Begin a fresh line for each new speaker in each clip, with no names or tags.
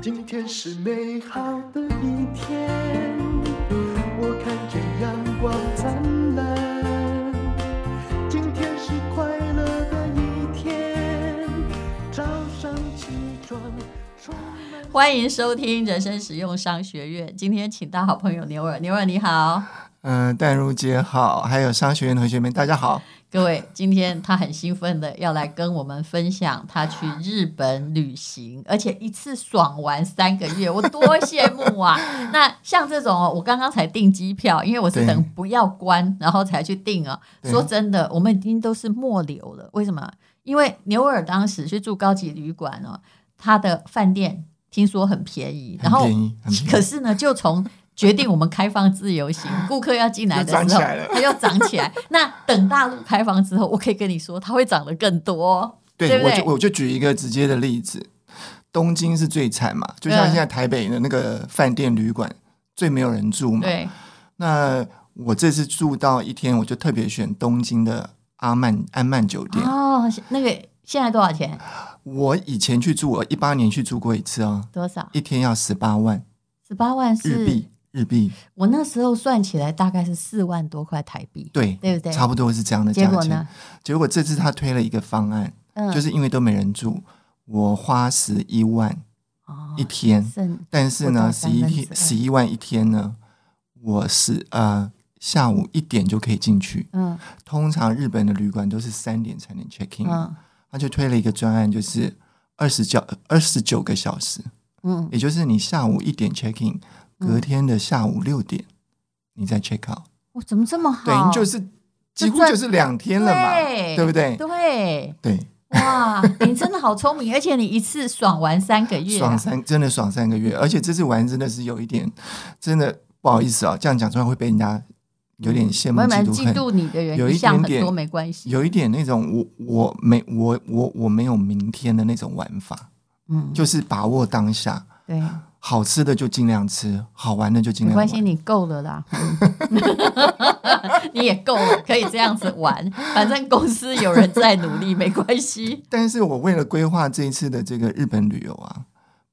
今天是美好的一天，我看见阳光灿烂。今天是快乐的一天，早上起床充满。
欢迎收听人生实用商学院。今天请到好朋友牛尔，牛尔你好，
嗯，淡如姐好，还有商学院同学们，大家好。
各位，今天他很兴奋的要来跟我们分享他去日本旅行，而且一次爽玩三个月，我多羡慕 啊！那像这种哦，我刚刚才订机票，因为我是
对
等不要关，然后才去订哦。
对
说真的，我们已经都是末流了，为什么？因为牛尔当时去住高级旅馆哦，他的饭店听说很便宜，然
很
后
便宜，很便宜。
可是呢，就从决定我们开放自由 行，顾客要进来的
就
时
涨
候
起来了，
它又涨起 来。那等大陆开放之后，我可以跟你说，它会涨得更多哦。
对，
对不
我
对
就我就举一个直接的例子，东京是最惨嘛，就像
嗯
现在台北的那个饭店旅馆、最没有人住嘛。
对，
那我这次住到一天，我就特别选东京的阿曼安曼酒店。
哦，那个现在多少钱？
我以前去住，我一八年去住过一次哦，
多少？
一天要十八万
十八万
日
是
币，日币
我那时候算起来大概是四万多块台币，
对
对不对？
差不多是这样的
结
价
果
钱
呢。？
结果这次他推了一个方案，
嗯，
就是因为都没人住，我花十一万
哦
一天，
剩
但是
不到
呢，十
三
一
分之
天
二
十一万一天呢，我是呃下午一点就可以进去。
嗯
通常日本的旅馆都是三点才能 check in，、
嗯
他就推了一个专案，就是二十九二十九个小时，
嗯，
也就是你下午一点 check in，隔天的下午六点你再 check out，、
我怎么这么好？
等于就是几乎
赚
就是两天了嘛，
对
对不对？
对。
对，
哇，你真的好聪明，而且你一次爽玩三个月、啊
爽，三真的爽三个月，而且这次玩真的是有一点，真的不好意思啊，这样讲出来会被人家有点羡慕
我蛮
嫉
嫉
妒
妒
恨，
你的人
有一
一向
点
很
点
多没关系，
有一点那种我我没我我我没有明天的那种玩法，
嗯，
就是把握当下，
对，
好吃的就尽量吃，好玩的就尽
没
量
关系，
玩。
你够了啦， 你也够了，可以这样子玩，反正公司有人在努力，没关 系。
但是我为了规划这一次的这个日本旅游啊，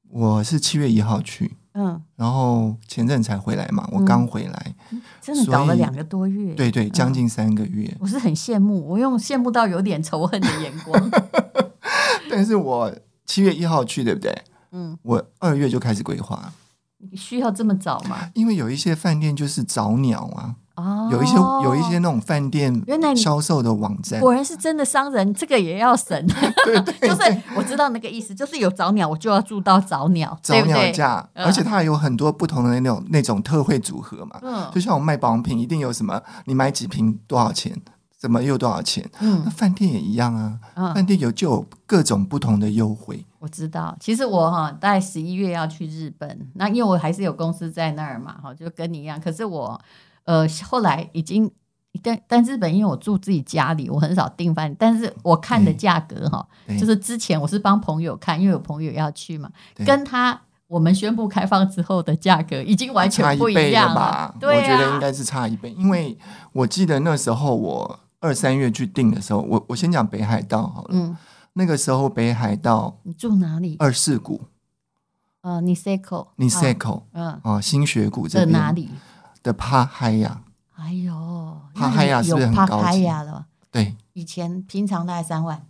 我是七月一号去，
嗯，
然后前阵才回来嘛，我刚回来，
真的搞了
所以
两个多月，
对对，将近三个月。
我是很羡慕，我用羡慕到有点仇恨的眼光。
但是我七月一号去，对不对？
嗯，
我二月就开始规划，
你需要这么早吗？
因为有一些饭店就是早鸟啊，
哦，
有一些有一些那种饭店
原来你
销售的网站，
果然是真的商人，这个也要省。 就是我知道那个意思，就是有早鸟，我就要住到早鸟，
早
对
鸟
不对？
价，
嗯
而且它还有很多不同的那种那种特惠组合嘛。
嗯
就像我卖保养品，一定有什么你买几瓶多少钱，怎么又多少钱？那
嗯
饭店也一样啊，
嗯，
饭店有就有各种不同的优惠。
我知道。其实我哈，大概十一月要去日本，那因为我还是有公司在那儿嘛，哈，就跟你一样。可是我呃，后来已经。但但日本因为我住自己家里，我很少订饭店，但是我看的
对
价格哈，
对
就是之前我是帮朋友看，因为有朋友要去嘛，
对
跟他我们宣布开放之后的价格已经完
差
全
一
不
倍
样
了
了
吧？。
对
我觉得
啊
应该是差一倍，因为我记得那时候我二三月去订的时候，我我先讲北海道好了。
嗯，
那个时候北海道
你住哪里？
二世谷、
呃，你 s e k o
尼塞口
嗯，
啊、新学谷这
在
边
哪里？
的帕海亚，
哎呦，
帕海亚是不是很
那里有
高
帕海
级
亚了，
对，
以前平常大概三万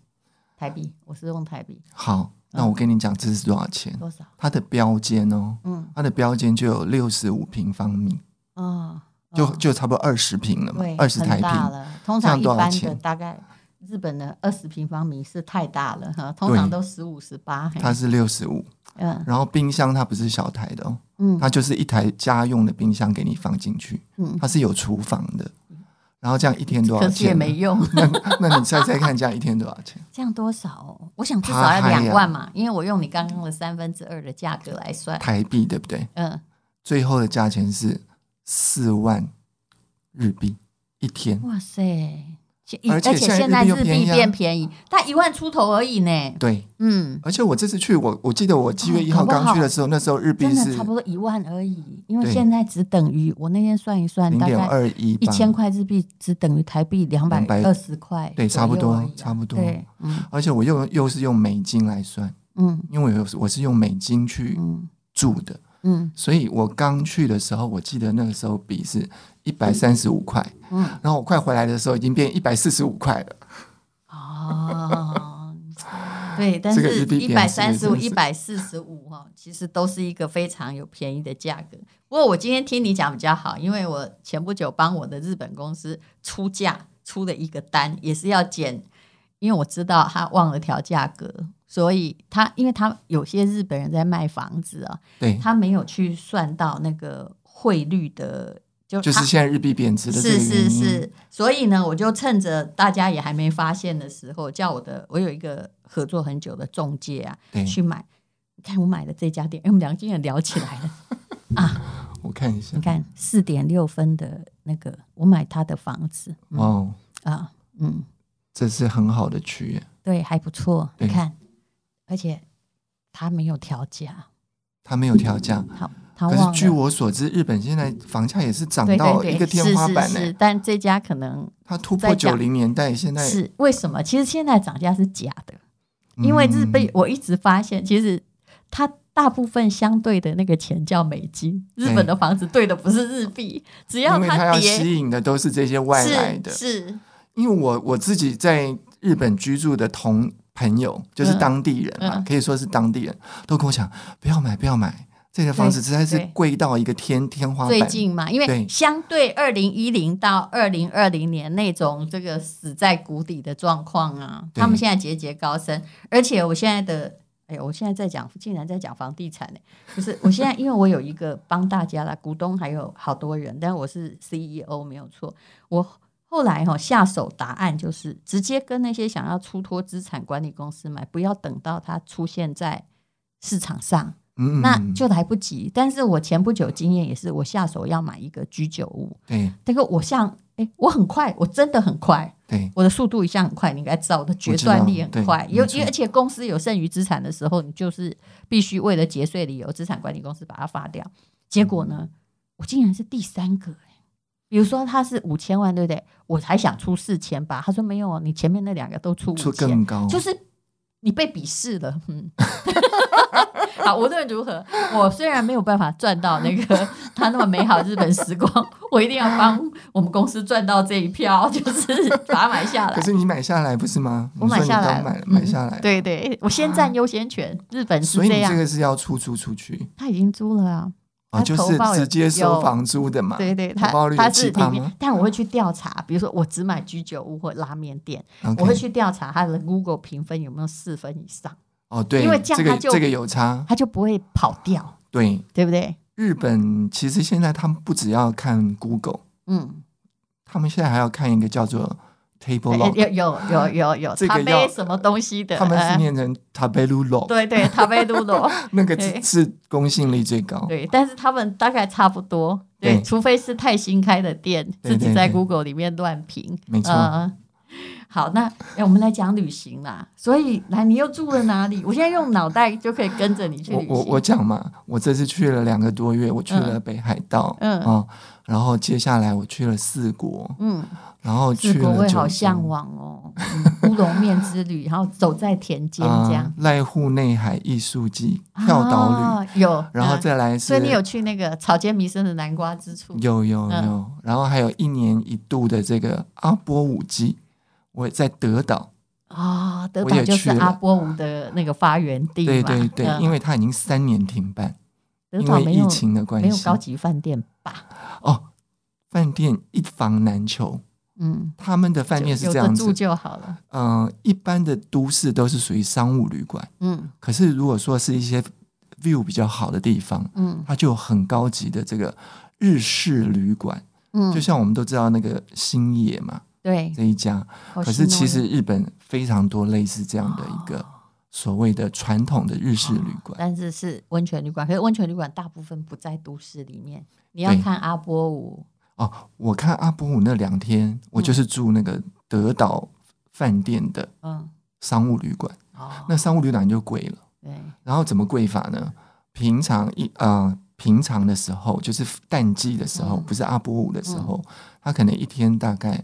台币，我是用台币
好，
嗯
那我跟你讲这是多少钱？
多少？
它的标间哦，
嗯
它的标间就有六十五平方米，
嗯，
就
嗯
就差不多二十平了嘛
对，，
二十
很
台
大
平。
了。通
这
常
样
一
多少
般的
钱
大概日本的二十平方米是太大了哈，通常
对
都十五十八。嘿
它是六十五，
嗯
然后冰箱它不是小台的哦，
嗯
它就是一台家用的冰箱给你放进去，
嗯，
它是有厨房的。然后这样一天多少
可是也
钱呢？
没用，
那那你猜猜看，这样一天多少钱？
这样多少哦？我想至
帕
少要
海
两
亚
万嘛，因为我用你刚刚的三分之二的价格来算。
台币对不对？
嗯，
最后的价钱是四万日币一天。
哇塞！现
而且现在
现
日
在
币又
日
便
币
宜啊
变便宜，它一万出头而已呢。
对，
嗯，
而且我这次去，我我记得我七月一
搞
号
不好
刚去的时候，那时候日币
真的
是
差不多一万而已，因为
对
现在只等于我那天算一算，
零
大
点
概
二一
一千块日币只等于台币两百二十块左右而已啊，
对差不多差不多
对，嗯
而且我又又是用美金来算，
嗯
因为我有我是用美金去
嗯
住的，
嗯
所以我刚去的时候，我记得那个时候比是一百三十五块，
嗯，
然后我快回来的时候已经变一百四十五块了。
哦，对，但
这个
是
1
一百三十五、
真
一
是
百四十五哈，其实都是一个非常有便宜的价格。不过我今天听你讲比较好，因为我前不久帮我的日本公司出价出了一个单，也是要减，因为我知道他忘了调价格，所以他因为他有些日本人在卖房子啊，
对，
他没有去算到那个汇率的，就
就是
他
现在日币贬值的这个
是
原
是
因。
是，嗯所以呢，我就趁着大家也还没发现的时候，叫我的我有一个合作很久的中介啊，
对，
去买。你看我买的这家店，哎、我们两个竟然聊起来 了。
我看一下
你。看四点六分的那个，我买他的房子，嗯
哦，
啊，嗯，
这是很好的区耶，
对，还不错。你
对
看，而且他没有调价，
它没有调价。
好，他
可
忘
是
了。
据我所知，日本现在房价也是涨
对
到
对
一个
对，
天花板欸
是
呢
是是，，但这家可能
它突
在
破九
讲
零年代，现在
是为什么？其实现在涨价是假的。因为日本
嗯
我一直发现，其实它大部分相对的那个钱叫美金，日本的房子对的不是日币，只要
因为它要
跌
吸引的都是这些外来的
是，是
因为我我自己在日本居住的同朋友，就是
嗯
当地人嘛，
嗯
可以说是当地人，都跟我讲不要买，不要买，这个房子实在是
对
贵到一个天天花
最
板。
近嘛，因为
对
相对二零一零到二零二零年那种这个死在谷底的状况啊，
对
他们现在节节高升，而且我现在的。哎呦，我现在在讲，竟然在讲房地产呢、不是，我现在因为我有一个帮大家啦，股东还有好多人，但我是 CEO 没有错。我后来哈、下手答案就是直接跟那些想要出脱资产管理公司买，不要等到它出现在市场上，
嗯，
那就来不及。但是我前不久经验也是，我下手要买一个居酒屋，
对
这个我像哎、我很快，我真的很快，
对
我的速度一向很快，你应该知道我的决断力很快。
对
有
没错
因为而且公司有剩余资产的时候，你就是必须为了节税理由，资产管理公司把它发掉。结果呢，
嗯
我竟然是第三个、哎比如说他是五千万，对不对？我才想出四千吧，他说没有哦，你前面那两个都出五
出
千，
更高，
就是你被鄙视了。嗯， 好，无论如何，我虽然没有办法赚到那个 他那么美好日本时光， 我一定要帮我们公司赚到这一票， 就是把它买下来
可。是你买下来不是吗？
我
你说
买
你
下来
刚买了
嗯
买下来，
对对，我先占优先权。日本是
啊所以
这
你
样，
这个是要出租出去
他已经租了啊。
啊，
他
就
投
是
报有
直接收
有
房租的嘛？
对对，
投
他
报率
他
有
是
七
里
趴
面
吗？，
但我会去调查，比如说我只买居酒屋或拉面店，我
OK
会去调查他的 Google 评分有没有四分以上，
哦，对，
因为这样
个
它就
这个有差，
他就不会跑掉，
对。
对不对？
日本其实现在他们不只要看 Google，
嗯，
他们现在还要看一个叫做 Table
有
Log，
哎有有有有有，
这个
咖
要
啡什么东西的？
他们
呃
是念成 Table Log，
对对，咖啡 露露，
那个
对
是是公信力最高。
对，但是他们大概差不多，对，
对
除非是太新开的店，
对
自己在
对对
Google 里面乱评，
没错
呃好，那、哎我们来讲旅行啦。所以，来，你又住了哪里？我现在用脑袋就可以跟着你去
我
旅行。
我我讲嘛，我这次去了两个多月，我去了北海道，
嗯
哦，然后接下来我去了四国，
嗯，
然后
是
去
国
了
味
九
好
州
向往哦，嗯乌龙面之旅，然后走在田间这样
啊，濑户内海艺术季跳岛旅，
啊有，
然后
嗯
再来是，
所以你有去那个草间弥生的南瓜之处？
有有
嗯
有，然后还有一年一度的这个阿波舞季，我也在德岛，
啊、德
我
岛
也
就是
去了
阿波舞的那个发源地嘛。
对对对，
嗯
因为它已经三年停办，
德
因
岛
为
没
疫
有
情的关
没有
系
高，级饭店吧？
哦，饭店一房难求，
嗯，
他们的饭店是
有
这
的
样
住
子，
就好了。
嗯、一般的都市都是属于商务旅馆，
嗯
可是如果说是一些 view 比较好的地方，
嗯
它就有很高级的这个日式旅馆，
嗯，
就像我们都知道那个星野嘛
对。
这一家。
好
可
心
是
哦
其实日本非常多类似这样的一个
哦
所谓的传统的日式旅馆，
但是是温泉旅馆，可是温泉旅馆大部分不在都市里面，你要
对
看阿波舞。
哦，我看阿波舞那两天，我就是住那个德岛饭店的
嗯，
商务旅馆，
哦，
那商务旅馆就贵了。
对，
然后怎么贵法呢？平常一呃，平常的时候就是淡季的时候，
嗯
不是阿波舞的时候，它可能一天大概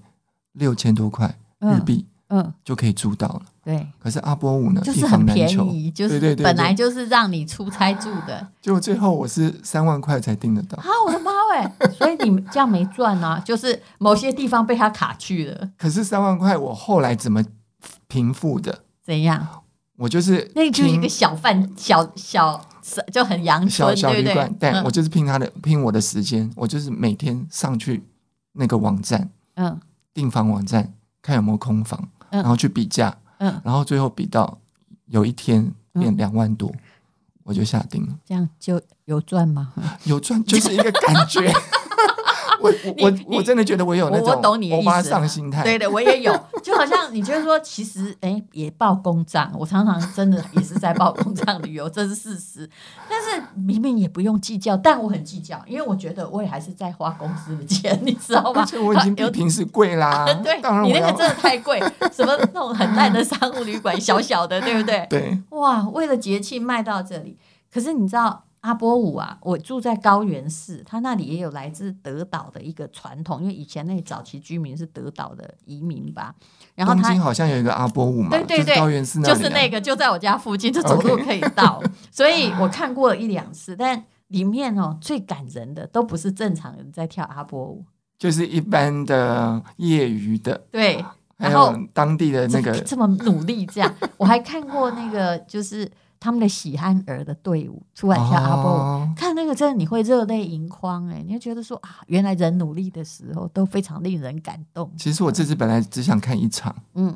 六千多块
嗯
日币，
嗯，
就可以住到了。
对，
可是阿波舞呢，
就是
一房
很
难
便
求，
宜，就
对对
是
对
本
对
来就是让你出差住的。
就最后我是三万块才订得到。
啊，我的妈喂！所以你们这样没赚啊，就是某些地方被他卡去了，
可是三万块我后来怎么平复的？
怎样？
我就是
那就是一个
拼
小贩，小小就很阳
小
春，
小
对
旅
不对
馆，？但
嗯
我就是拼他的拼我的时间，我就是每天上去那个网站
嗯
订房网站看有没有空房，
嗯
然后去比价，
嗯，
然后最后比到有一天变
嗯
两万多，我就下定了。
这样就有赚吗？
有赚就是一个感觉。我我
你
我我真的觉得我有那
我
种
我懂你的意
欧
思啊、
巴上心态，
对的，我也 有。就好像你觉得说，其实哎、诶也报公账，我常常真的也是在报公账旅游，这是事实。但是明明也不用计较，但我很计较，因为我觉得我也还是在花公司的钱，你知道吗
而？且我已经比
有。
平时贵啦
对
当然
你
我
那个
要
真的太贵，什么那种很烂的商务旅 馆，小小的，对不对？
对
哇，为了节气卖到这里，可是你知道阿波舞啊？我住在高原市，它那里也有来自德岛的一个传统，因为以前那里早期居民是德岛的移民吧，然后
东
他
京好像有一个阿波舞嘛，
对对
就是
对
高原寺那里、
就
啊，
是那个就在我家附近，就走路可以到，所以我看过一两次，但。里面哦，最感人的都不是正常人在跳阿波舞，
就是一般的业余的，
对，
还
然后
有当地的那个
这这么努力这样，我还看过那个就是他们的喜憨儿的队伍出来跳阿波舞，
哦
看那个真的你会热泪盈眶哎、你会觉得说啊，原来人努力的时候都非常令人感动。
其实我这次本来只想看一场，
嗯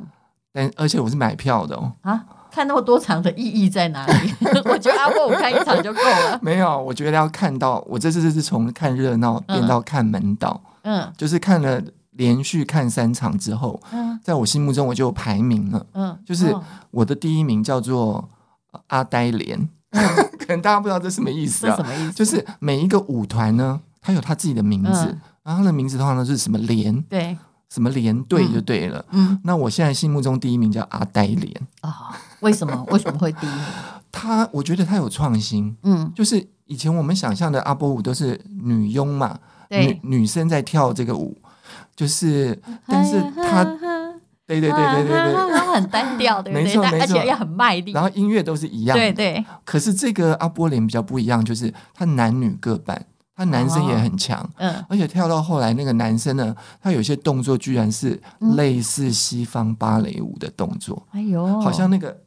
但而且我是买票的哦。
啊，看那么多场的意义在哪里？ 我觉得阿波我看一场就够了。
没有，我觉得要看到我这次是从看热闹变到看门道，
嗯
就是看了连续看三场之后，
嗯
在我心目中我就有排名了。
嗯，
就是
哦
我的第一名叫做呃阿呆莲， 可能大家不知道这什么意
嗯
思
这
啊
什，么意思？
就是每一个舞团呢，它有它自己的名字，
嗯
然后它的名字通常都是什么连
对，
什么连队就对了。
嗯
那我现在心目中第一名叫阿呆莲，
啊、为什么为什么会第一名？
他我觉得他有创新，
嗯，
就是以前我们想象的阿波舞都是女佣嘛，女
对，嗯
女生在跳这个舞，就是但是他对对对对对对，
他很单调，对不
没
对？
错
但
没
而
错
且要很卖力
然，后音乐都是一样的，
对对，
可是这个阿波莲比较不一样，就是他男女各半，他男生也很强，
嗯
而且跳到后来那个男生呢，他有些动作居然是
嗯
类似西方芭蕾舞的动作，
哎呦，
好像那个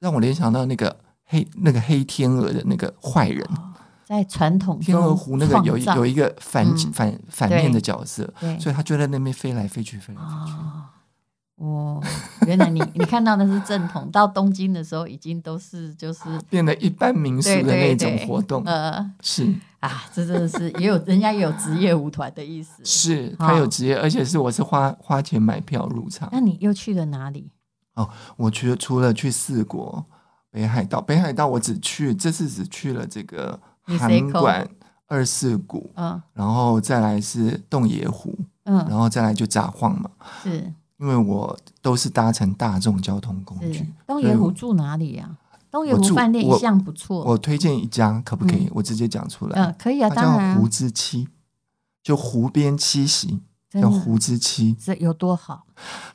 让我联想到那个黑那个黑天鹅的那个坏人，
在传统
天鹅
中
湖那个有一
哦创造
有一个反、
嗯
反反面的角色，
对
所以他就在那边飞来飞去，飞来飞去。
哦，哦，原来你你看到的是正统，到东京的时候已经都是就是
变得一般民俗
对
的那
对
种
对
活动，
呃
是
啊，这真的是也有人家也有职业舞团的意思。
是，
好
他有职业，而且是我是花花钱买票入场。
那你又去了哪里？
我去除了去四国、北海道，北海道我只去这次只去了这个
你谁
函
口
馆、二世谷，
嗯
然后再来是洞爷湖，然
嗯，
后再来就札幌嘛。
是
因为我都是搭乘大众交通工
是
具，。
东
所以
野湖
我
住哪里呀？东野
我
湖
住
饭店一
我
向不错。
我推荐一家，可不可以？
嗯
我直接讲出来，
嗯，可以啊，
它
当
叫
然
湖，之七，就湖边七夕，
真
叫
的
湖之七。
这有多好？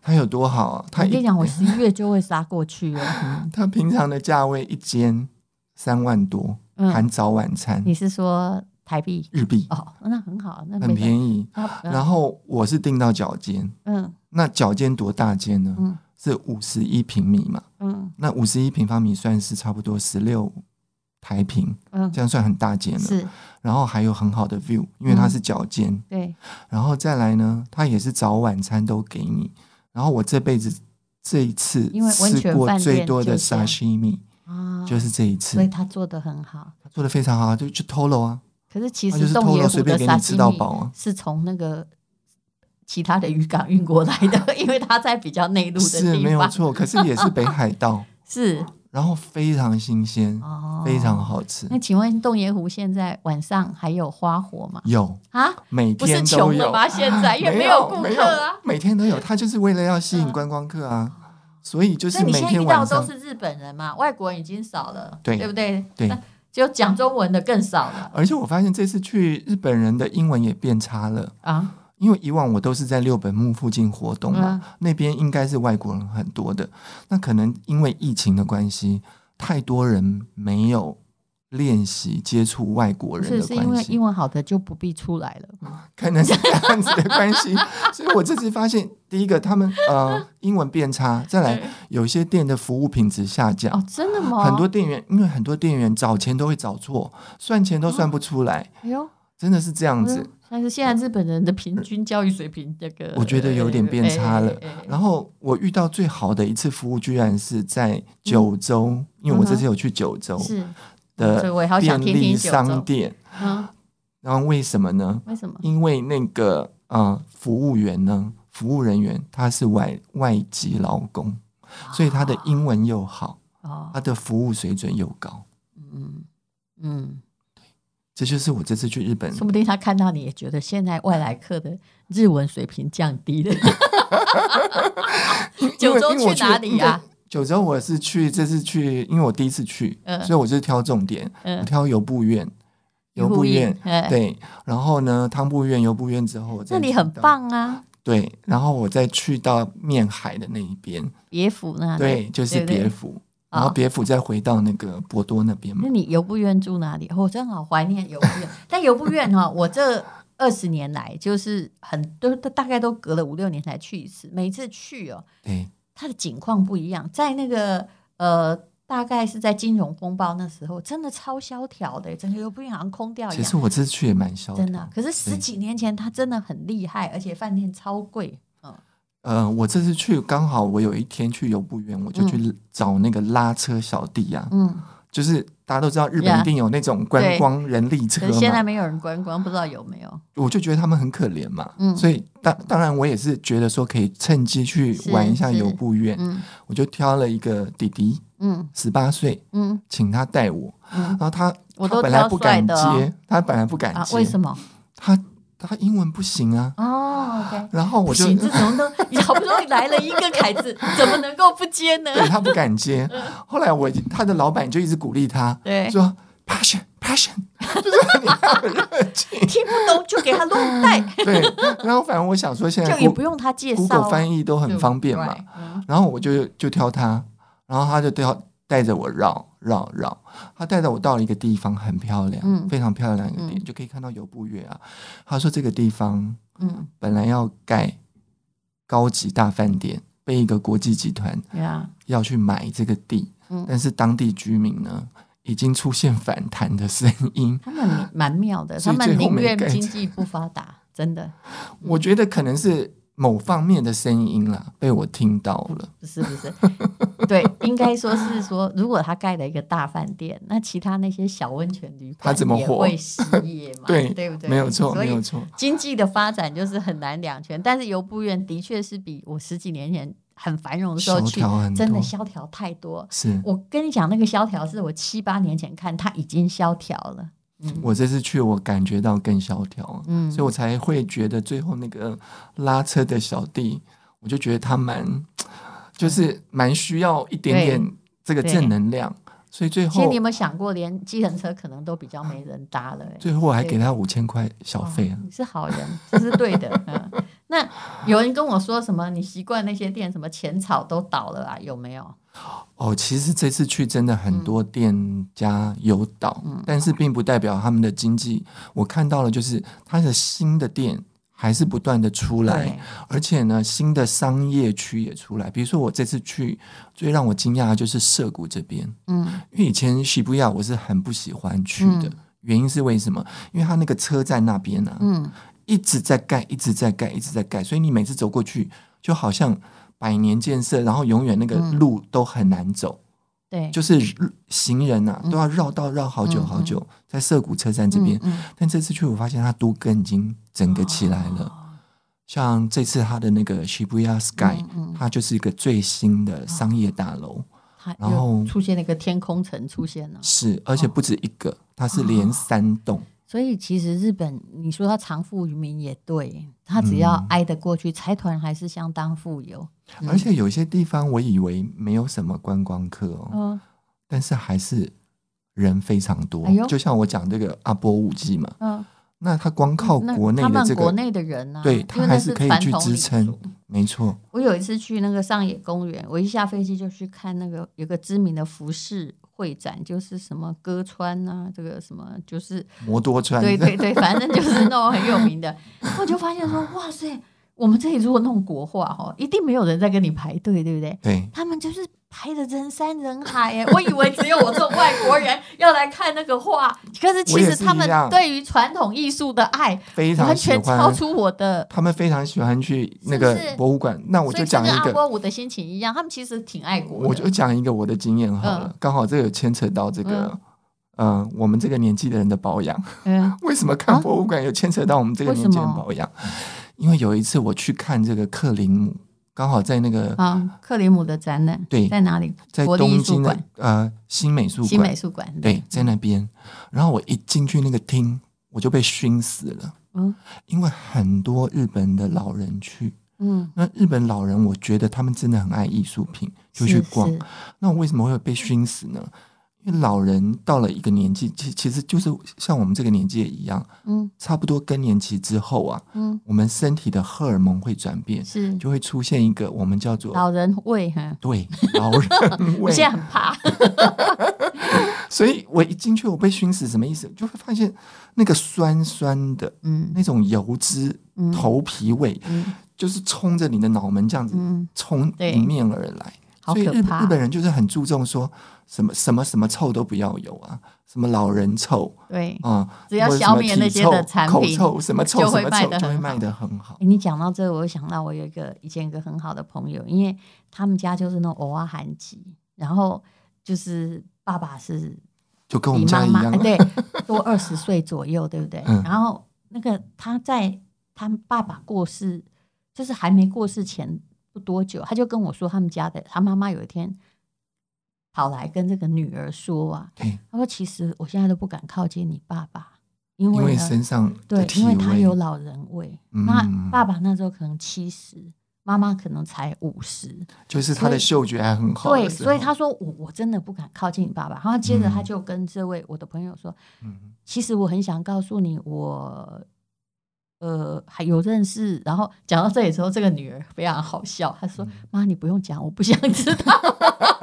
它有多好啊？
我
它
跟
一嗯
你讲，我十一月就会杀过 去哦。
它平常的价位一间三万多，
嗯
含早晚餐
你是说台币？
日币。
哦，那很好，那嗯
很
宜。
便宜。
那
然后我是订到脚尖，
嗯
那脚尖多大间呢？
嗯
是五十一平米嘛？
嗯
那五十一平方米算是差不多十六台平，
嗯
这，样算很大间了。
是，
然后还有很好的 view，因为它
嗯
是脚尖。
对，
然后再来呢，它也是早晚餐都给你。然后我这辈子这一次
因为温
吃
泉
过
饭
最
店
多
就
的
这样
sashimi
啊，
就是这一
所以
次，
他做的很好。
它做的非常好，就去 Tolo 啊，
可是其
他就
实
是
洞
透
爷
露
湖
随便
的
给
沙
你吃到
西米
饱啊。
是从那个其他的渔港运过来的， 因为它在比较内陆的
是没
地
有
方，
错，可是也是北海道。
是
然后非常新鲜，
哦，
非常。好吃
那。请问洞爷湖现在晚上还有花火吗？
有
啊，
每
不是
天都
穷了
有，
吗？现在因为
没
有顾客啊。
每天都有。他就是为了要吸引观光客啊，所以就
所
是
以你
每
现在
天
遇到
晚
都
上，
是日本人嘛，外国人已经少了，
对
对不对？
对
那就讲中文的更少了
而且我发现这次去日本人的英文也变差了，
啊！
因为以往我都是在六本木附近活动
嗯
嘛，那边应该是外国人很多的。那可能因为疫情的关系，太多人没有练习接触外国人
是
的
是因
关
为
系嗯
英，文好的就不必出来了，
可能是这样子的关系。 所以我这次发现，第一个他们呃英文变差，再来有些店的服务品质下降。
嗯哦，真的吗？
很多，店员，因为很多店员找钱都会找错，算钱都算不出来，
哎呦，嗯
真的是这样子。
但是现在日本人的平均教育水平，这个
我觉得有点变差了
哎哎哎
然后我遇到最好的一次服务，居然是在九州，因为我这次有去九州
嗯是，所以
的
我也好想
便
听听
利
九
商
州，
店。
嗯，
然后为什么呢？
为什么？
因为那个呃，服务员呢，服务人员他是外外籍劳工，
啊
所以他的英文又好，
哦，
他的服务水准又高。
嗯嗯，
这就是我这次去日本
说不定他看到你也觉得现在外来客的日文水平降低 了。九州去哪里啊呀、
九州我是去这次去，因为我第一次去，
嗯
所以我就是挑重点，
嗯
我挑游步院，游步院
游步院哎
对，然后呢汤布院、游步院之后，
那里很，棒啊，
对，然后我再去到面海的那一边，
别府那里。
对，就是
啊对对
别府，
啊
然后别府再回到那个博多那边嘛
那，你游步院住哪里？我、真好怀念游步院。但游步院 哈，我这二十年来就是很都都大概都隔了五六年才去一次，每一次去哦，
对，
它的景况不一样。在那个呃，大概是在金融风暴那时候，真的超萧条的，整个游步院好像空掉一
其
样
实。我这次去也蛮消
真的啊
的，，
可是十
对
几年前它真的很厉害，而且饭店超贵。嗯，
呃，我这次去刚好我有一天去游步院，我就去找那个拉车小弟呀、啊，
嗯，
就是大家都知道日本
Yeah
一定有那种观
对
光人力车
可
嘛
是，现在没有人观光，不知道有没有。
我就觉得他们很可怜嘛，
嗯
所以当当然我也是觉得说可以趁机去玩一下
是是
游步院，
嗯
我就挑了一个弟弟，
嗯
十八岁，
嗯
请他带我，
嗯
然后他
我
他
都
本来
挑
不
帅
敢接，
的哦
他本来不敢接，
啊，为什
么？
么？
他他英文不行啊，
哦，OK，
然后我
不
就
行，这种 都你好不容易来了一个凯子，怎么能够不接呢？
对他不敢 接，后来我他的老板就一直鼓励他，
嗯对
说 passion passion，就是你要有热情，
听不懂就给他录带，
对，然后反正我想说现在
就也
Google,
不用他介绍
Google
啊，
翻译都很方便嘛
对。。嗯
然后我就就挑他，然后他就挑带着我绕绕绕，他带着我到了一个地方，很漂亮，
嗯
非常漂亮一个点，就可以看到游步月啊。他说这个地方
嗯，
本来要盖高级大饭店，被一个国际集团
对啊，
要去买这个地，
嗯
但是当地居民呢已经出现反弹的声音，
他们蛮蛮妙的，他
啊所以最
们
后
宁
没
愿
盖
经
成
济不发达，真的
我觉得可能是某方面的声音啦，被我听到了。
不是不是， 对，应该说是说，如果他盖了一个大饭店，那其他那些小温泉旅馆
他怎么
也
活
会失业嘛？
对
对不对？
没有错，
所
没
以
有错。
经济的发展就是很难两全，但是游步院的确是比我十几年前很繁荣的时候去
萧条很，多
真的萧条太多。
是
我跟你讲，那个萧条是我七八年前看，它已经萧条了。
我这次去，我感觉到更萧条，
嗯
所以我才会觉得最后那个拉车的小弟，我就觉得他蛮，就是蛮需要一点点这个正能量，所以最
其实
后
你有没有想过，连计程车可能都比较没人搭了、欸？
最后我还给他五千块小费啊
哦，你是好人，这是对的。 嗯，那有人跟我说什么？你习惯那些店，什么浅草都倒了啊？有没有？
哦，其实这次去真的
嗯
很多店家有倒，但是并不代表他们的经济。我看到了，就是他的新的店还是不断的出来
对，
而且呢，新的商业区也出来。比如说，我这次去最让我惊讶的就是涩谷这边，
嗯
因为以前西布亚我是很不喜欢去的，
嗯
原因是为什么？因为他那个车站那边啊，
嗯，
一直在盖，一直在盖，一直在盖，所以你每次走过去就好像百年建设，然后永远那个
嗯
路都很难走，
对，
就是行人啊都要绕道绕好久好久，在涩谷车站这边。
嗯嗯
但这次去我发现它都更已经整个起来了，像这次它的那个 Shibuya Sky，、它
嗯
就是一个最新的商业大楼，
它
然后
又出现了一个天空城出现了。
是而且不止一
嗯
个，它是连三栋。
所以其实日本，你说它藏富于民也对，它只要
嗯
挨得过去，财团还是相当富有。
而且有些地方我以为没有什么观光客哦，
嗯
但是还是人非常多。
哎呦
就像我讲这个阿波舞季嘛，
嗯，
哦那他光靠
那
国内
他
的
们
这
国
个，
内的人呢、啊，
对
因为
他
那
还
是
可以
传
去
统
支
礼
撑
俗。，
没错，
我有一次去那个上野公园，我一下飞机就去看那个有个知名的服饰会展，就是什么歌川啊，这个什么就是
摩多川，
对对对，反正就是那种很有名的。我就发现说，哇塞，我们这里如果弄国画哦，一定没有人在跟你排队，对不对？
对
他们就是排的人山人海耶， 我以为只有我这种外国人要来看那个画，可是其
我也
实
是
他们
一样
对于传统艺术的爱
非常
完
喜
全超
欢。
出我的。
他们非常喜欢去那
是不
个
是
博物馆。那我
所
就
以这
讲
跟
一
阿
个，
波舞的心情一样，他们其实挺爱国的。
我就讲一个我的经验好
嗯
了，刚好这有牵扯到这个，嗯、我们这个年纪的人的保养。
嗯
为什么看博物馆有牵扯到我们这个
为什
年纪的
么
保养？因为有一次我去看这个克林姆，刚好在那个、
啊，克里姆的展览
对
在哪里？
在
国立艺
东
术
京的
馆、
呃新美术
新
馆
美，术馆。
对，在那边。然后我一进去那个厅，我就被熏死了，
嗯
因为很多日本的老人去。
嗯，
那日本老人，我觉得他们真的很爱艺术品，就去
是
逛。
是
那我为什么会被熏死呢？因为老人到了一个年纪，其其实就是像我们这个年纪也一样，
嗯
差不多更年期之后啊，
嗯
我们身体的荷尔蒙会转变，
是
就会出现一个我们叫做
老人味哈，
对老人
我
味。
现在很怕。
所以我一进去，我被熏死，什么意思？就会发现那个酸酸的
嗯
那种油脂、
嗯
头皮味，
嗯
就是冲着你的脑门这样子
嗯，
从
对
迎面而来。
好
所以
可
日
怕
日本人就是很注重说什么什么什么臭都不要有啊，什么老人臭
对。
啊，
只要
或者什
消
么
灭
体
那些
臭
的产
口
品
臭什么臭
就
什
会
么
卖
臭
得
就会
很
卖
好
得很好。
诶你讲到这个，我又想到我有一个以前一个很好的朋友，因为他们家就是那种偶尔韩籍，然后就是爸爸是
就跟我
比
们家
妈
一
妈
样
哎，对多二十岁左右，对不对？
嗯
然后那个他在他爸爸过世，就是还没过世前不多久，他就跟我说，他们家的他妈妈有一天跑来跟这个女儿说啊，
对，
他说其实我现在都不敢靠近你爸爸，因
因
为
为
呢
身上的
对，
体
因为他
味
有老人味。那
嗯
爸爸那时候可能七十，妈妈可能才五十。
就是他的
所以
嗅觉还很好的
对，
时
所以
候
他说我我真的不敢靠近你爸爸。然后接着他
嗯
就跟这位我的朋友说，
嗯
其实我很想告诉你，我呃还有认识。然后讲到这里之后，这个女儿非常好笑，她
嗯
说：“妈，你不用讲，我不想知道。”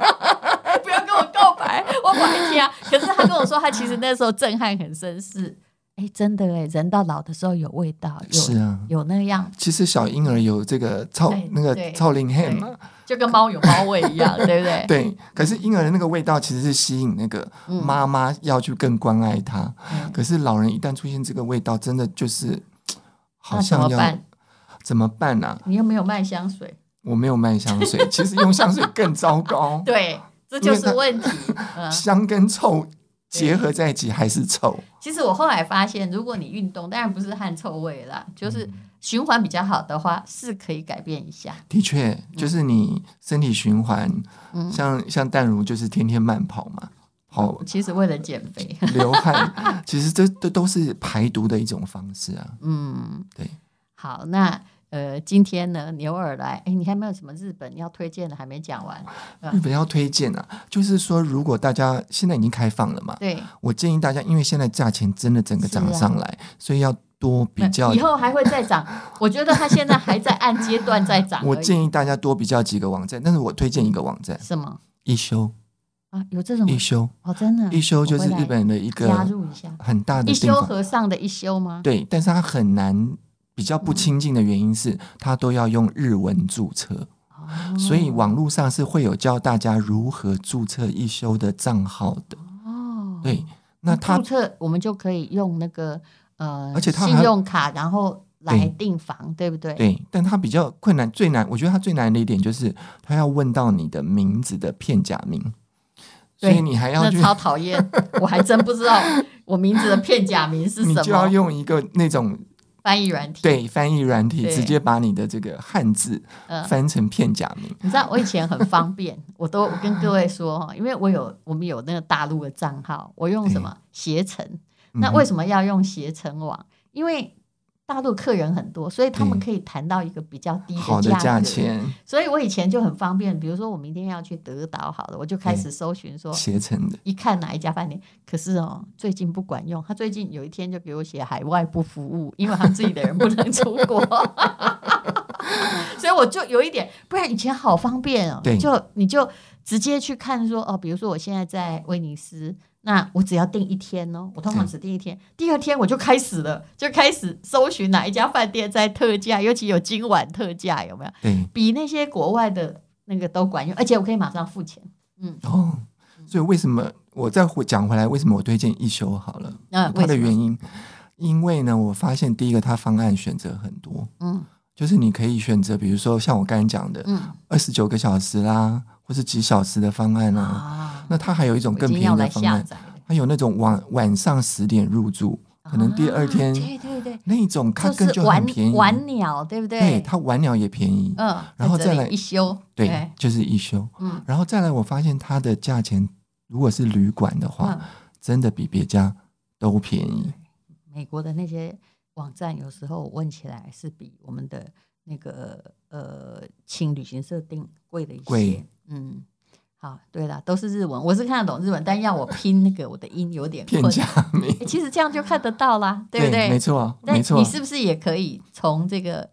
不要跟我告白，我不爱听啊！可是她跟我说，她其实那时候震撼很深，是哎，真的哎，人到老的时候有味道，有
是啊。
有那样，
其实小婴儿有这个臭
对
那个
对
臭林
对
ham 嘛，
就跟猫有猫味一 样，对不对？
对。可是婴儿的那个味道其实是吸引那个
哎嗯
妈妈要去更关爱他，
嗯
可是老人一旦出现这个味道，真的就是好
那怎
像要
么办？
怎么办呢、啊？
你又没有卖香水，，
我没有卖香水，其实用香水更糟糕
对，这就是问 题。嗯，
香跟臭结合在一起还是臭。
其实我后来发现，如果你运动，当然不是汗臭味啦，就是
嗯
循环比较好的话，是可以改变一下。
的确，就是你身体循环，
嗯
像像淡如就是天天慢跑嘛，跑
其实为了减肥，
流汗， 其实这这都是排毒的一种方式啊。
嗯，
对。
好，那呃，今天呢，牛耳来，哎，你还没有什么日本要推荐的，还没讲完。
日本要推荐啊，就是说如果大家现在已经开放了嘛，
对，
我建议大家，因为现在价钱真的整个涨
是啊
上来，所以要多比较
以。后还会再涨。我觉得它现在还在按阶段在涨而已。
我建议大家多比较几个网站，但是我推荐一个网站，
什么
一休
啊？有这种
一休
哦，真的，
一休就是
我会来
日本的一
加
个
入一下。
很大的
一
地
休
方，
和尚的一休吗？
对，但是它很难。比较
嗯
不亲近的原因是，它都要用日文注册，
哦
所以网络上是会有教大家如何注册一休的账号的。
哦，
对，那它
注册我们就可以用那个呃，
而且它还
信用卡，然后来
对
订房，对不对？，
对，但它比较困难，最难，我觉得它最难的一点就是，它要问到你的名字的片假名，所以
对
你还要
那
去，
超讨 厌，我还真不知道我名字的片假名是
你
什
就要
么
用一个那种
翻译软体。，
对翻译软体，
对
直接把你的这个汉字
嗯。
翻成片假名。
你知道我以前很方 便，我都我跟各位说哈，因为我有我们有那个大陆的账
嗯
号，我用什么携程？那为
什
什么要用携程网？因为大陆客人很多，所以他们
对
可以谈到一个比较低
嗯好的
的
价
格。
钱
所以我以前就很方便，比如说我明天要去德岛，好了，我就开始搜寻说，
携程的，
一看哪一家饭店。可是哦，最近不管用，他最近有一天就给我写海外不服务，因为他自己的人不能出国。 所以我就有一点，不然以前好方便哦，
对
就你就直接去看说哦，比如说我现在在威尼斯，那我只要订一天哦，我通常
对
只订一天，第二天我就开始了，就开始搜寻哪一家饭店在特价，尤其有今晚特价有没有？
对
比那些国外的那个都管用，而且我可以马上付钱。
哦。
嗯
所以为什么我再回讲回来，为什么我推荐一休好了？
那、嗯为
它的
什么
原因，因为呢，我发现第一个它方案选择很多，
嗯
就是你可以选择，比如说像我刚才讲的，
嗯
二十九个小时啦，或是几小时的方案啦。
啊，
那它还有一种
我
更
已经
便
要
宜
来
的方
下
案，
载了，
它有那种晚晚上十点入住，可能第二天
啊对对对，
那种它根
是
就很便宜，
晚晚鸟对不对？
对它晚鸟也便宜，
嗯，
然后
在这
再
里
来
一休，
对，就是一休。
嗯
然后再来，我发现它的价钱如果是旅馆的话，
嗯，
真的比别家都便宜。
美国的那些网站有时候问起来是比我们的那个呃，请旅行社订贵了一些
贵，
嗯。好，对啦，都是日文，我是看得懂日文，但要我拼那个我的音有点
片
困
价
难。
没
诶其实这样就看得到啦， 对不对？
没错，
但
没错，
你是不是也可以从这个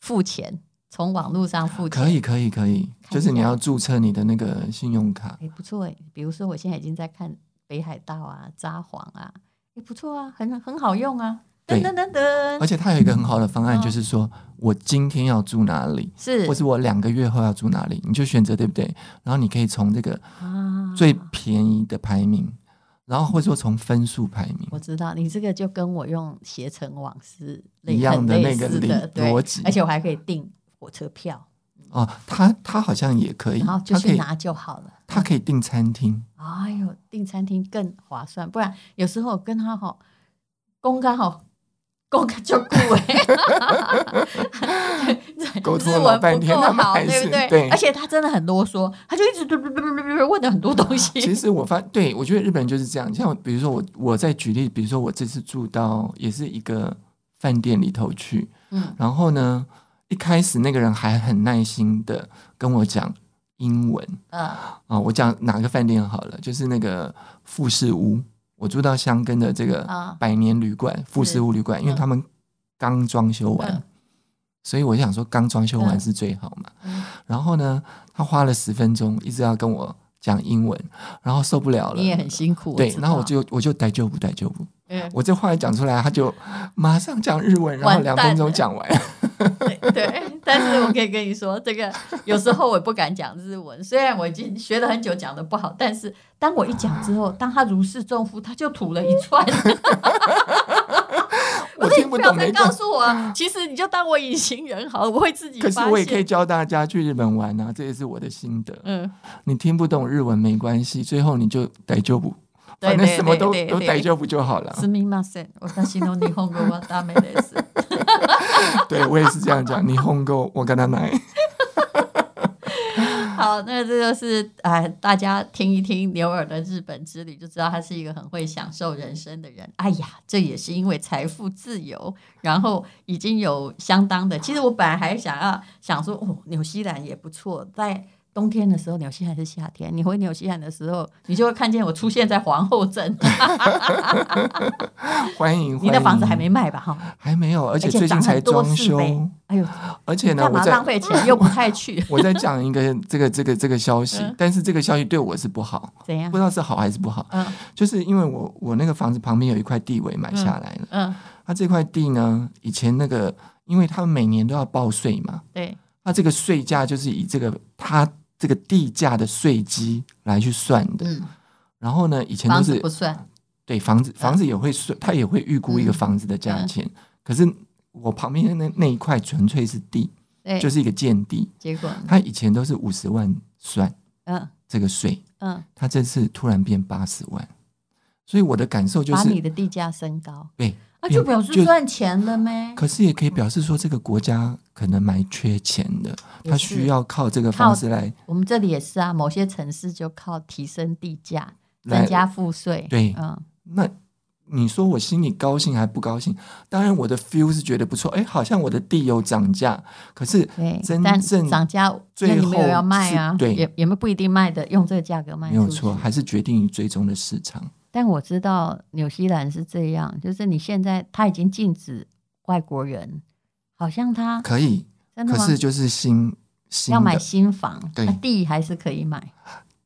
付钱，从网络上付钱？
可以，可以，可以，
看
就是
一
你
下
要注册你的那个信用卡，
哎，不错哎。比如说，我现在已经在看北海道啊、札幌啊，哎，不错啊，很很好用啊。噔
对
噔噔噔，
而且它有一个很好的方案，
嗯
就是说我今天要住哪里，
是
或是我两个月后要住哪里，你就选择对不对？然后你可以从这个
啊，
最便宜的排名，然后或者说从分数排名，
我知道你这个就跟我用携程网是类
一样
很
的
类
那个
似
理
的对
逻辑
而且我还可以订火车票，
哦，它它好像也可以，
然后就
它可
去
以
拿就好了。
它可以订餐 厅，
哎呦，订餐厅更划算，不然有时候跟他吼，公干吼，公干就贵，
沟通
日
了
文
半
不
天
够
他们
好，
还
对
是
不对？
对
而且他真的很啰嗦，他就一直嘟嘟嘟嘟嘟嘟问了很多东
其
西。
实我发，对我觉得日本人就是这样。像比如说我，我再举例，比如说我这次住到也是一个饭店里头去，
嗯，
然后呢，一开始那个人还很耐心的跟我讲英文
呃，
啊、我讲哪个饭店好了，就是那个富士屋，我住到香根的这
啊
个百年旅馆富士屋旅馆，因为
嗯
他们刚装修完，
嗯
所以我就想说刚装修完是最好嘛。
嗯
然后呢，他花了十分钟一直要跟我讲英文，然后受不了了，
你也很辛苦，
对
知，道
然后我就我就逮就不逮就不，
嗯
我这话一讲出来，他就马上讲日文，然
完
后两
蛋
分钟
了
讲完。
对对，但是我可以跟你说，这个有时候我也不敢讲日文，虽然我已经学了很久，讲的不好，但是当我一讲之后，当他如释重负，他就吐了一串。
我
说你
听不懂
要再
没
告
关系，
诉我啊，其实你就当我隐形人好了，我会自己
可
发
是
现。
我也可以教大家去日本玩啊，这也是我的心得。
嗯，
你听不懂日文没关系，最后你就逮就不，
对
反正什么都
对对
都
对
逮就不就好了
す。みません、私の日本語はダメです。
对我也是这样讲，你哄够我跟他 来。
好，那这就是哎、大家听一听牛尔的日本之旅，就知道他是一个很会享受人生的人。哎呀，这也是因为财富自由，然后已经有相当的。其实我本来还想要想说，哦，纽西兰也不错，在。冬天的时候，纽西兰是夏天。你回纽西兰的时候，你就会看见我出现在皇后 镇。
欢迎，欢迎
你的房子还没卖吧？哈，
还没有，而
而
且最近
涨
才
很多
装
是
修。
呗。哎呦，
而且呢，
干
我
嘛
在？
浪费钱又不太去
我在讲一个这个这个这个消息
嗯，
但是这个消息对我是不好，
怎样
不？知道是好还是不好。
嗯
就是因为我我那个房子旁边有一块地我也买下来了，
嗯，
它这块地呢，以前那个因为他们每年都要报税嘛，
对，
它这个税价就是以这个它这个地价的税基来去算的。
嗯，
然后呢，以前
房
都
子
是
不嗯算。
对房子房子也会算，它也会预估
嗯
一个房子的价钱。可是我旁边的那那一块纯粹是地，
对，
就是一个建地，
结果呢，
它以前都是五十万算
嗯
这个税，
嗯，
它这次突然变八十万，所以我的感受就
把你
是
的地价升高，
对。
啊，
变
就表示
就
赚钱了咩？
可是也可以表示说，这个国家可能蛮缺钱的，
也
它
是
需要靠这个方式来
我们这里也是啊，某些城市就靠提升地价
来
增加赋税，
对
嗯，
那你说我心里高兴还不高兴？当然，我的 feel 是觉得不错，哎，好像我的地有涨价，可是
对，
真
但
正
涨价，
最
那你没有
后
要卖
是
啊，
对
也也没不一定卖的，用这个价格卖
没有
出去
错，还是决定于最终的市场。
但我知道纽西兰是这样，就是你现在他已经禁止外国人，好像他
可以，
真的
可
吗？
是就是新新
要买
的
新房，
对
那地还是可以买，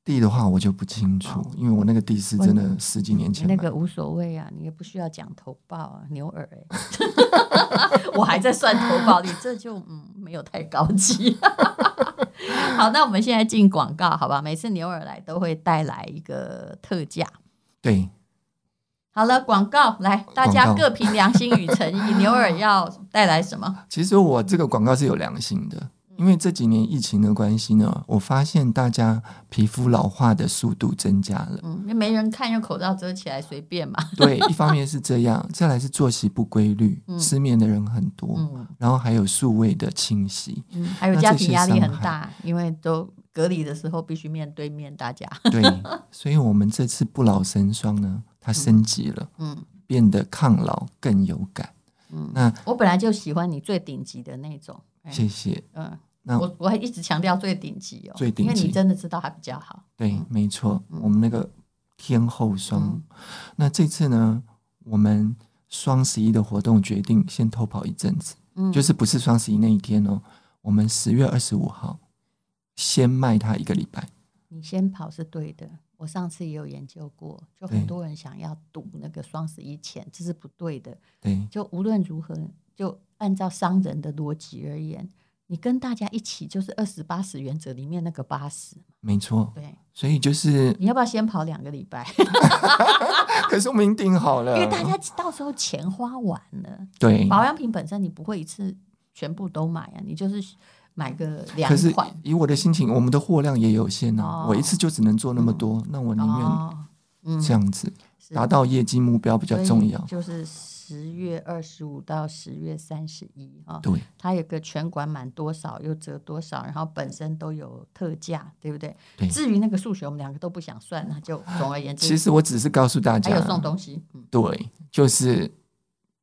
地的话，我就不清楚，因为我那个地是
哦我
真的十几年前
那
买
个无所谓啊，你也不需要讲投报啊，牛耳 哎、我还在算投报，你这就嗯没有太高级。 好，那我们现在进广告，好吧？每次牛耳来都会带来一个特价。
对，
好了，广告来，大家
广告
各凭良心与诚意。牛耳要带来什么？
其实我这个广告是有良心的，
嗯
因为这几年疫情的关系呢，我发现大家皮肤老化的速度增加了。
嗯，那没人看，用口罩遮起来，随便嘛。
对，一方面是这样，再来是作息不规律，
嗯
失眠的人很多，
嗯
然后还有数位的 侵袭。
嗯，还有
那
家
这
庭
些
压力
伤
很
害
大，因为都隔离的时候必须面对面大家。
对，所以我们这次不老神霜呢，它升级了，
嗯
变得抗老更有感。
嗯，
那
我本来就喜欢你最顶级的那种。哎
谢谢。
嗯，
那
我我还一直强调最顶级哦，
最顶
因为你
级
真的知道它比较好。
对，没错，
嗯
我们那个天后霜。
嗯
那这次呢，我们双十一的活动决定先偷跑一阵子，
嗯，
就是不是双十一那一天哦，我们十月二十五号先卖它一个礼拜。
你先跑是对的。我上次也有研究过，就
对
很多人想要赌那个双十一前，这是不对的。
对
就无论如何，就按照商人的逻辑而言，你跟大家一起就是二十八十原则里面那个八十。
没错，
对，
所以就是，
你要不要先跑两个礼拜？
可是我们已经定好了，
啊因为大家到时候钱花完了，
对，
保养品本身你不会一次全部都买啊，你就是买个两
可是
款。
以我的心情，我们的货量也有限啊，
哦嗯
我一次就只能做那么多，那我宁愿
哦，嗯
这样子
是
达到业绩目标比较重要。
所以就是十月二十五到十月三十一啊，
对，
它有个全馆满多少又折多少，然后本身都有特价，对不对？
对
至于那个数学，我们两个都不想算，那就总而言之，
其实我只是告诉大
还
家，
有送东西，嗯，
对，就是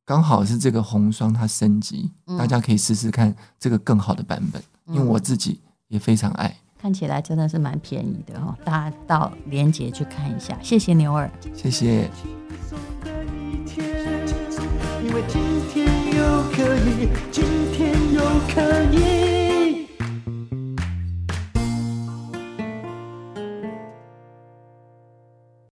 刚好是这个红霜它升级，
嗯
大家可以试试看这个更好的版本，因为
嗯
我自己也非常爱。
看起来真的是蛮便宜的哦，大家到连结去看一下，谢谢牛耳。
谢谢。
轻松的一天，因为今天又可以，今天又